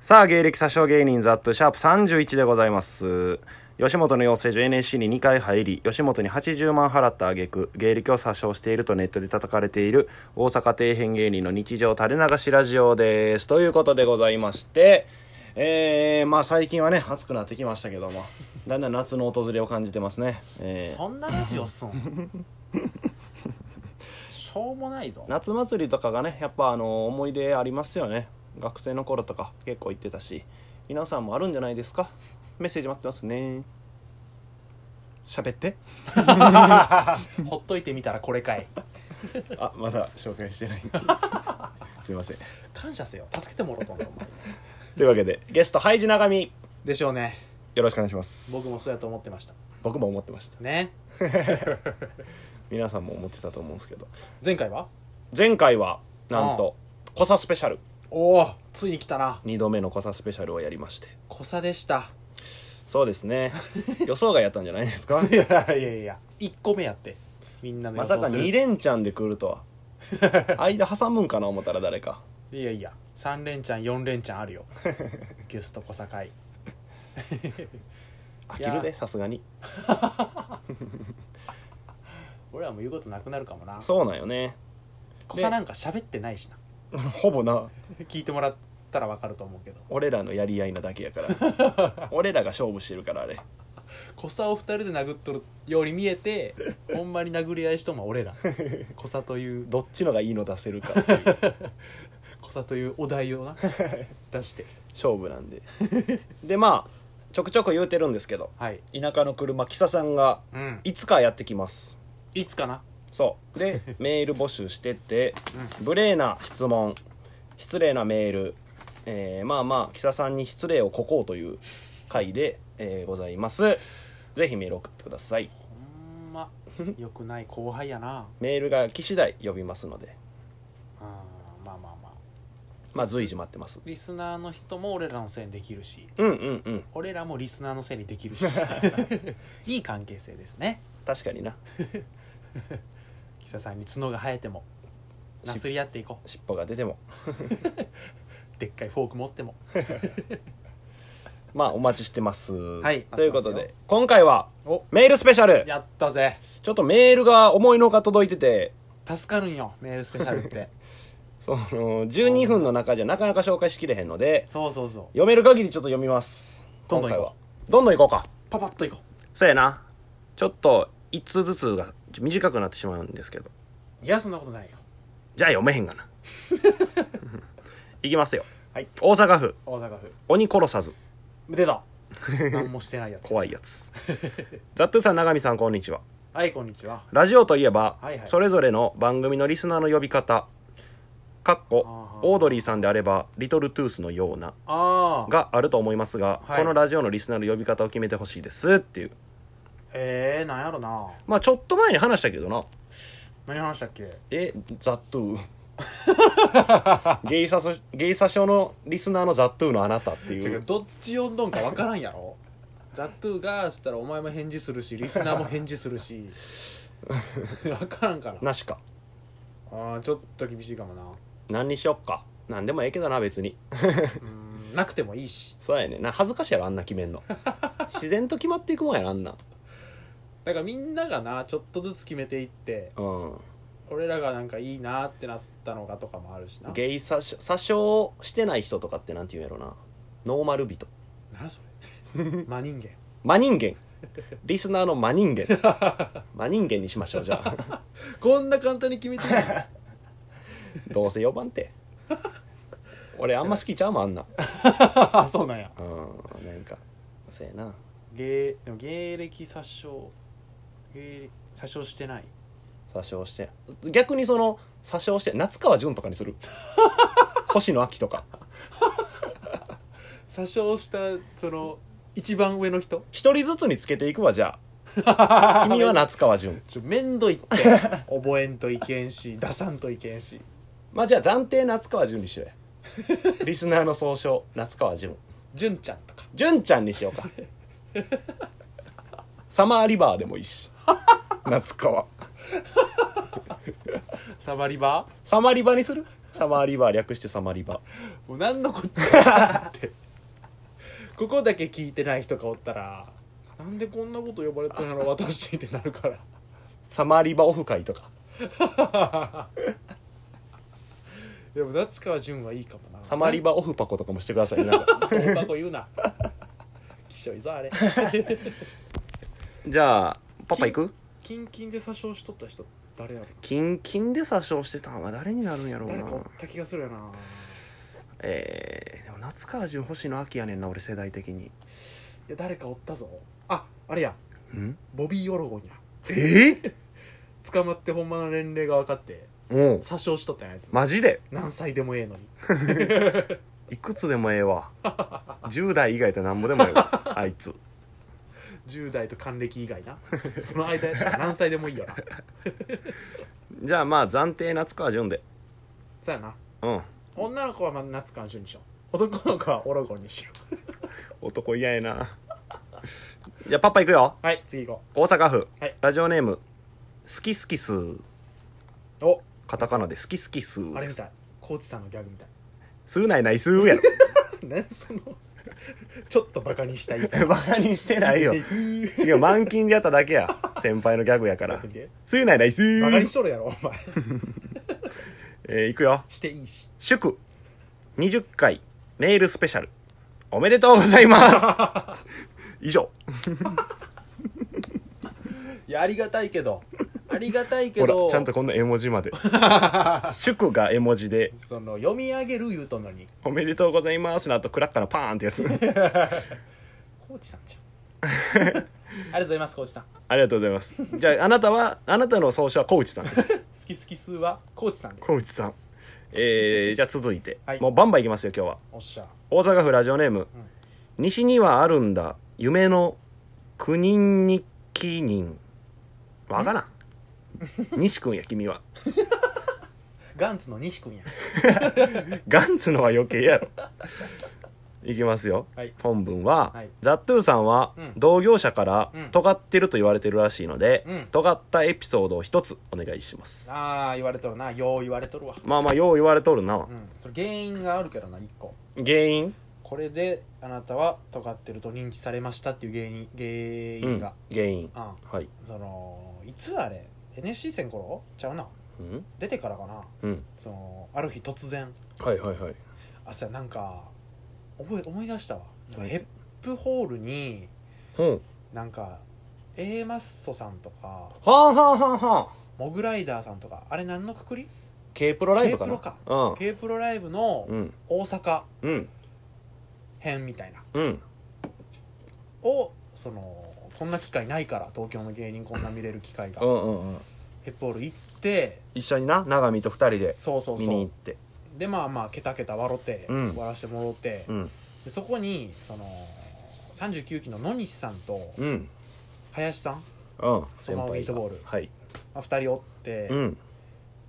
さあ、芸歴詐称芸人ザットシャープ31でございます。吉本の養成所 NSC に2回入り、吉本に80万払った挙句、芸歴を詐称しているとネットで叩かれている大阪底辺芸人の日常垂れ流しラジオです。ということでございまして、えー、まあ最近はね、暑くなってきましたけども、だんだん夏の訪れを感じてますね。えーそんなラジオすんしょうもないぞ夏祭りとかがね、やっぱあの、思い出ありますよね。学生の頃とか結構行ってたし、皆さんもあるんじゃないですかメッセージ待ってますね。喋って。ほっといてみたらこれかいあまだ紹介してない すいません感謝せよ助けてもらおうと思うというわけでゲストハイジ長見でしょうねよろしくお願いします僕もそうやと思ってました僕も思ってましたね皆さんも思ってたと思うんですけど前回は前回はなんと「コサスペシャルおおついに来たな」 2度目の「コサスペシャル」をやりまして濃さでしたそうですね予想外やったんじゃないですかいやいやいや1個目やってみんなのま予さか想する2連チャンで来ると は間挟むんかな思ったら誰かいやいや3連チャン4連チャンあるよ ゲスト小坂い飽きるでさすがに俺らも言うことなくなるかもなそうなんよね小さなんか喋ってないしな ほぼな聞いてもらったらわかると思うけど俺らのやり合いなだけやから 俺らが勝負してるからあれ濃さを二人で殴っとるように見えてほんまに殴り合いしとんは俺ら濃さというどっちのがいいの出せるか濃さというお題をな出して 勝負なんででまあちょくちょく言うてるんですけどはい、田舎の車キサさんがうん、いつかやってきますいつかなそう でメール募集しててう無礼な質問失礼なメール、えーまあまあキサさんに失礼をここうという回で、えーございますぜひメール送ってくださいほんまよくない後輩やなメールが来次第呼びますのでうんまあまあまあまあ随時待ってますリスナーの人も俺らのせいにできるしうんうんうん俺らもリスナーのせいにできるしいい関係性ですね確かになキサさんに角が生えてもなすり合っていこ尻尾が出てもうでっかいフォーク持ってもまあお待ちしてます。いということ待ってで、今回はおメールスペシャルやったぜちょっとメールが思いのほか届いてて、助かるんよメールスペシャルってその、12分の中じゃなかなか紹介しきれへんので、そうそうそう読める限りちょっと読みます。どんどん今行回は。こどんどん行こうか。パパッといこそやな。ちょっと、一通ずつが短くなってしまうんですけど。ういやそんなことないよじゃあ読めへんがな。 いきますよ。はい大阪府、大阪府鬼殺さず。出 た何もしてないやつ怖いや つ。ザットゥさん、長見さん、こんにちは。はいこんにちはラジオといえば、はいはいそれぞれの番組のリスナーの呼び方かっこあーオードリーさんであれば「リトルトゥースのようなあ」あがあると思いますが、はいこのラジオのリスナーの呼び方を決めてほしいですっていうえー、なんやろなまあちょっと前に話したけどな何話したっけえザット ゥーゲイサソゲイサショのリスナーのザットゥーのあなたっていうどっち呼んどんか分からんやろザトゥがしたらお前も返事するしリスナーも返事するし 分からんからなしかあーちょっと厳しいかもな何にしよっか何でもええけどな別にうんなくてもいいしそうやねんな恥ずかしいやろあんな決めんの自然と決まっていくもんやろあんなだからみんながなちょっとずつ決めていってうん俺らがなんかいいなってなったのかとかもあるしなゲイ詐称詐称してない人とかってなんて言うんやろなノーマル人何それ真人間真人間リスナーの真人間真人間にしましょうじゃあ こんな簡単に決めていいのどうせ4番って俺あんま好きちゃうもんあんなあそうなんやうんなんかそうやな芸でも芸歴詐称芸歴詐称してない詐称して逆にその詐称して夏川潤とかにする星野亜紀とか詐称したその一番上の人一人ずつにつけていくわじゃあ君は夏川潤ちょめん どいって覚えんといけんし出さんといけんしまあじゃあ暫定夏川潤にしようやリスナーの総称夏川潤純ちゃんとか純ちゃんにしようかサマーリバーでもいいし夏川サバリバサマリバにするサマーリバー略してサマリバもう何のこっちゃって ここだけ聞いてない人がおったらなんでこんなこと呼ばれてるの私ってなるからサマリバオフ会とかでも夏川潤はいいかもなサマリバオフパコとかもしてください皆さん 大箱言うなきしょいぞ あれじゃあパパ行くキンキンで詐称しとった人誰やろキンキンで詐称してたんは誰になるんやろう誰なかおった気がするよなえー、でも夏川淳星野秋やねんな俺世代的にいや誰かおったぞああれやんボビー・オロゴンやえ捕まってほんまの年齢が分かってー、もう詐称しとったやつマジで何歳でもええのにいくつでもええ わ10代以外となんぼでもええわあいつ10代と還暦以外 なその間やったら何歳でもいいよなじゃあまあ暫定夏川淳でそうやなうん女の子はまあ夏川順にしよう男の子はオロゴンにしよう男嫌やなじゃあパパ行くよはい次行こ大阪府、はいラジオネーム好き好きすうおカタカナで好き好きすあれみたいコーチさんのギャグみたいすないないすーやろ何そのちょっとバカにしたいみた いバカにしてないよでいい違う満勤でやっただけや先輩のギャグやから見てすないないす バカにーしとるやろお前えー、行くよしていいし祝20回ネイルスペシャルおめでとうございます以上いやありがたいけ どありがたいけほらどちゃんとこんな絵文字まで祝が絵文字でその読み上げる言うとんのにおめでとうございますのあとクラッカーのパーンってやつ コーチさんじゃんありがとうございますコーチさん ありがとうございますじゃああなたはあなたの総称はコウチさん です好き好き数はコーチさんでコウチさんえー、じゃあ続いて、はいもうバンバンいきますよ今日はおっしゃ大阪府ラジオネーム、西にはあるんだ夢の国に帰人わからん西君や君はガンツの西君やガンツのは余計やろ。いきますよ。はい本文は、はいザットゥーさんは、うん同業者からうん尖ってると言われてるらしいので、うん尖ったエピソードを一つお願いします。ああ言われとるなよう言われとるわまあまあ、よう言われとるなう。んそれ原因があるけどな1個原因、これであなたは尖ってると認知されましたっていう原因原因が、原因。あはい。ん、そのいつあれ NSC 戦頃ちゃうなうん、出てからかなうん、そのある日突然はいはいはい。あそうやなんか覚え思い出したわはいヘップホールにうん。なんか A マッソさんとかはあはあはあはあ。モグライダーさんとかあれ何のくくり K プロライブかな。 K プロ K プロライブのうん。大阪うん。うん。編みたいなうん。をそのこんな機会ないから東京の芸人こんな見れる機会が、うんうんうん。ヘップホール行って一緒にな、長見と二人でそうそう見にそ行っうて。でまあまあケタケタ笑って、うん笑わしてもろって、うん。でそこにその39期の野西さんとうん。林さん、うん。そのミートボールはい。まあ、2人おってう、ん。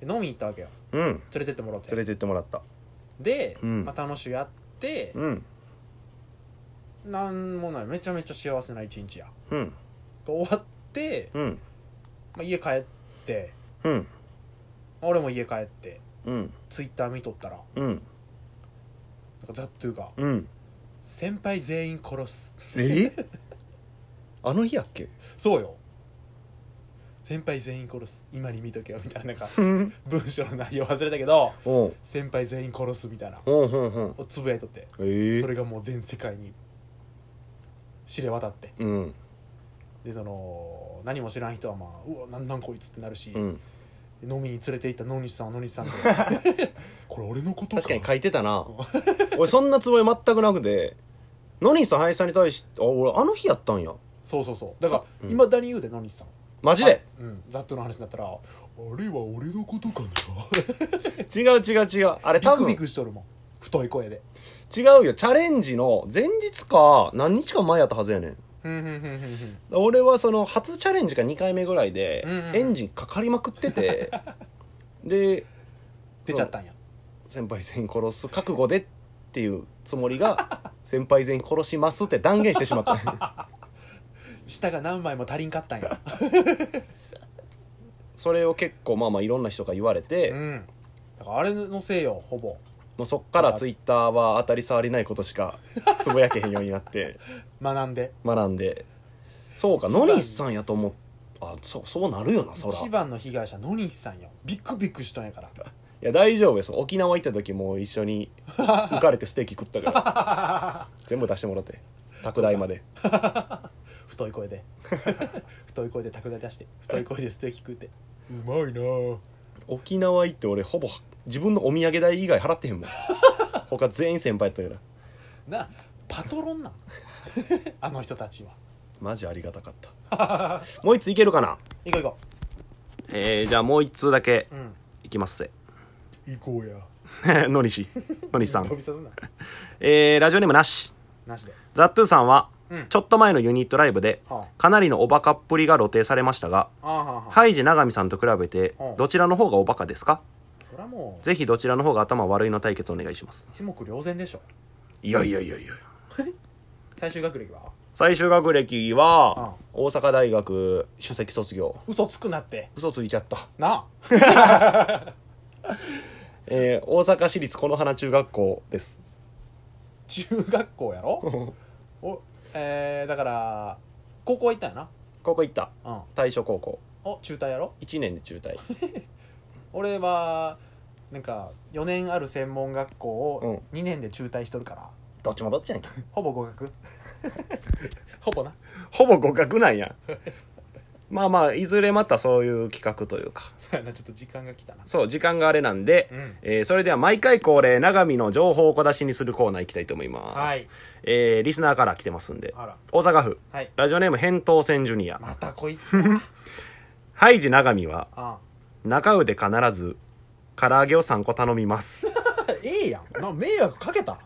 で飲み行ったわけようん。連れてってもろって連れてってもらったで、うんまあ、楽しくやって、うんなんもないめちゃめちゃ幸せな一日やうん終わって、うんまあ、家帰ってうん俺も家帰ってうんツイッター見とったらうんなんかザットゥがうん「先輩全員殺す えあの日やっけ」そうよ先輩全員殺す今に見とけよみたいななんかうん文章の内容 忘れたけどおう先輩全員殺すみたいなおうほうほうをつぶやいとってええそれがもう全世界に知れ渡ってうんでその何も知らん人はまあうわなんなんこいつってなるし、うん飲みに連れて行った野西さんは野西さんで これ俺のことか確かに書いてたな 俺そんなつもり全くなくてノニーさん林さんに対してあ俺あの日やったんやそうそうそうだかうらんいまだに言うで野西さんマジであうんざっとの話になったら「あれは俺のことかな」違う違う違うあれ ビ多ク分違ビうクしとるもん太い声でよチャレンジの前日か何日か前やったはずやねんふんふんふんふんふん俺はその初チャレンジか2回目ぐらいでうんうんうんエンジンかかりまくって てで出ちゃったんや先輩全員殺す覚悟でっていうつもりが 先輩全員殺しますって断言してしまった 下が何枚も足りんかったんやそれを結構まあまあいろんな人が言われて、 うんだからあれのせいよほぼもうそっからツイッターは当たり障りないことしか つぶやけへんようになって学んで学んでそうか一番野西さんやと思っあそうそうなるよなそら一番の被害者野西さんよビックビックしとんやからいや大丈夫です沖縄行った時も一緒に浮かれてステーキ食ったから 全部出してもらって拓大まで太い声 で太い声で拓大出して太い声でステーキ食うてうまいなぁ沖縄行って俺ほぼ自分のお土産代以外払ってへん もん他全員先輩やったからなあパトロン なんあの人たちはマジありがたかった もう一ついけるかな行こう行こえー、じゃあもう一通だけううんいきますぜ行こう や野西野西さ呼んびさすなえー、ラジオネームなしなしでザットゥーさんは、うんちょっと前のユニットライブではかなりのおバカっぷりが露呈されましたがああはあはあハイジ永見さんと比べてうんどちらの方がおバカですかそりゃもうぜひどちらの方が頭悪いの対決お願いします一目瞭然でしょいやいやいやいや最終学歴は最終学歴は大阪大学首席卒業嘘つくなって嘘ついちゃった、なあえー、大阪市立この花中学校です中学校や ろおえー、だから高校行ったよな高校行ったうん大正高校お中退やろ1年で中 退俺はなんか4年ある専門学校を2年で中退しとるから、どっちもどっちやんけほぼ合 格ほぼなほぼ互角なん やまあまあいずれまたそういう企画というかそうやなちょっと時間が来たなそう時間があれなんで、うんえーそれでは毎回恒例永見の情報を小出しにするコーナー行きたいと思います、はいえーリスナーから来てますんであら大阪府はいラジオネーム扁桃腺ジュニアまたこいつハイジ永見はあ中腕必ず唐揚げを3個頼みますええやんな迷惑かけた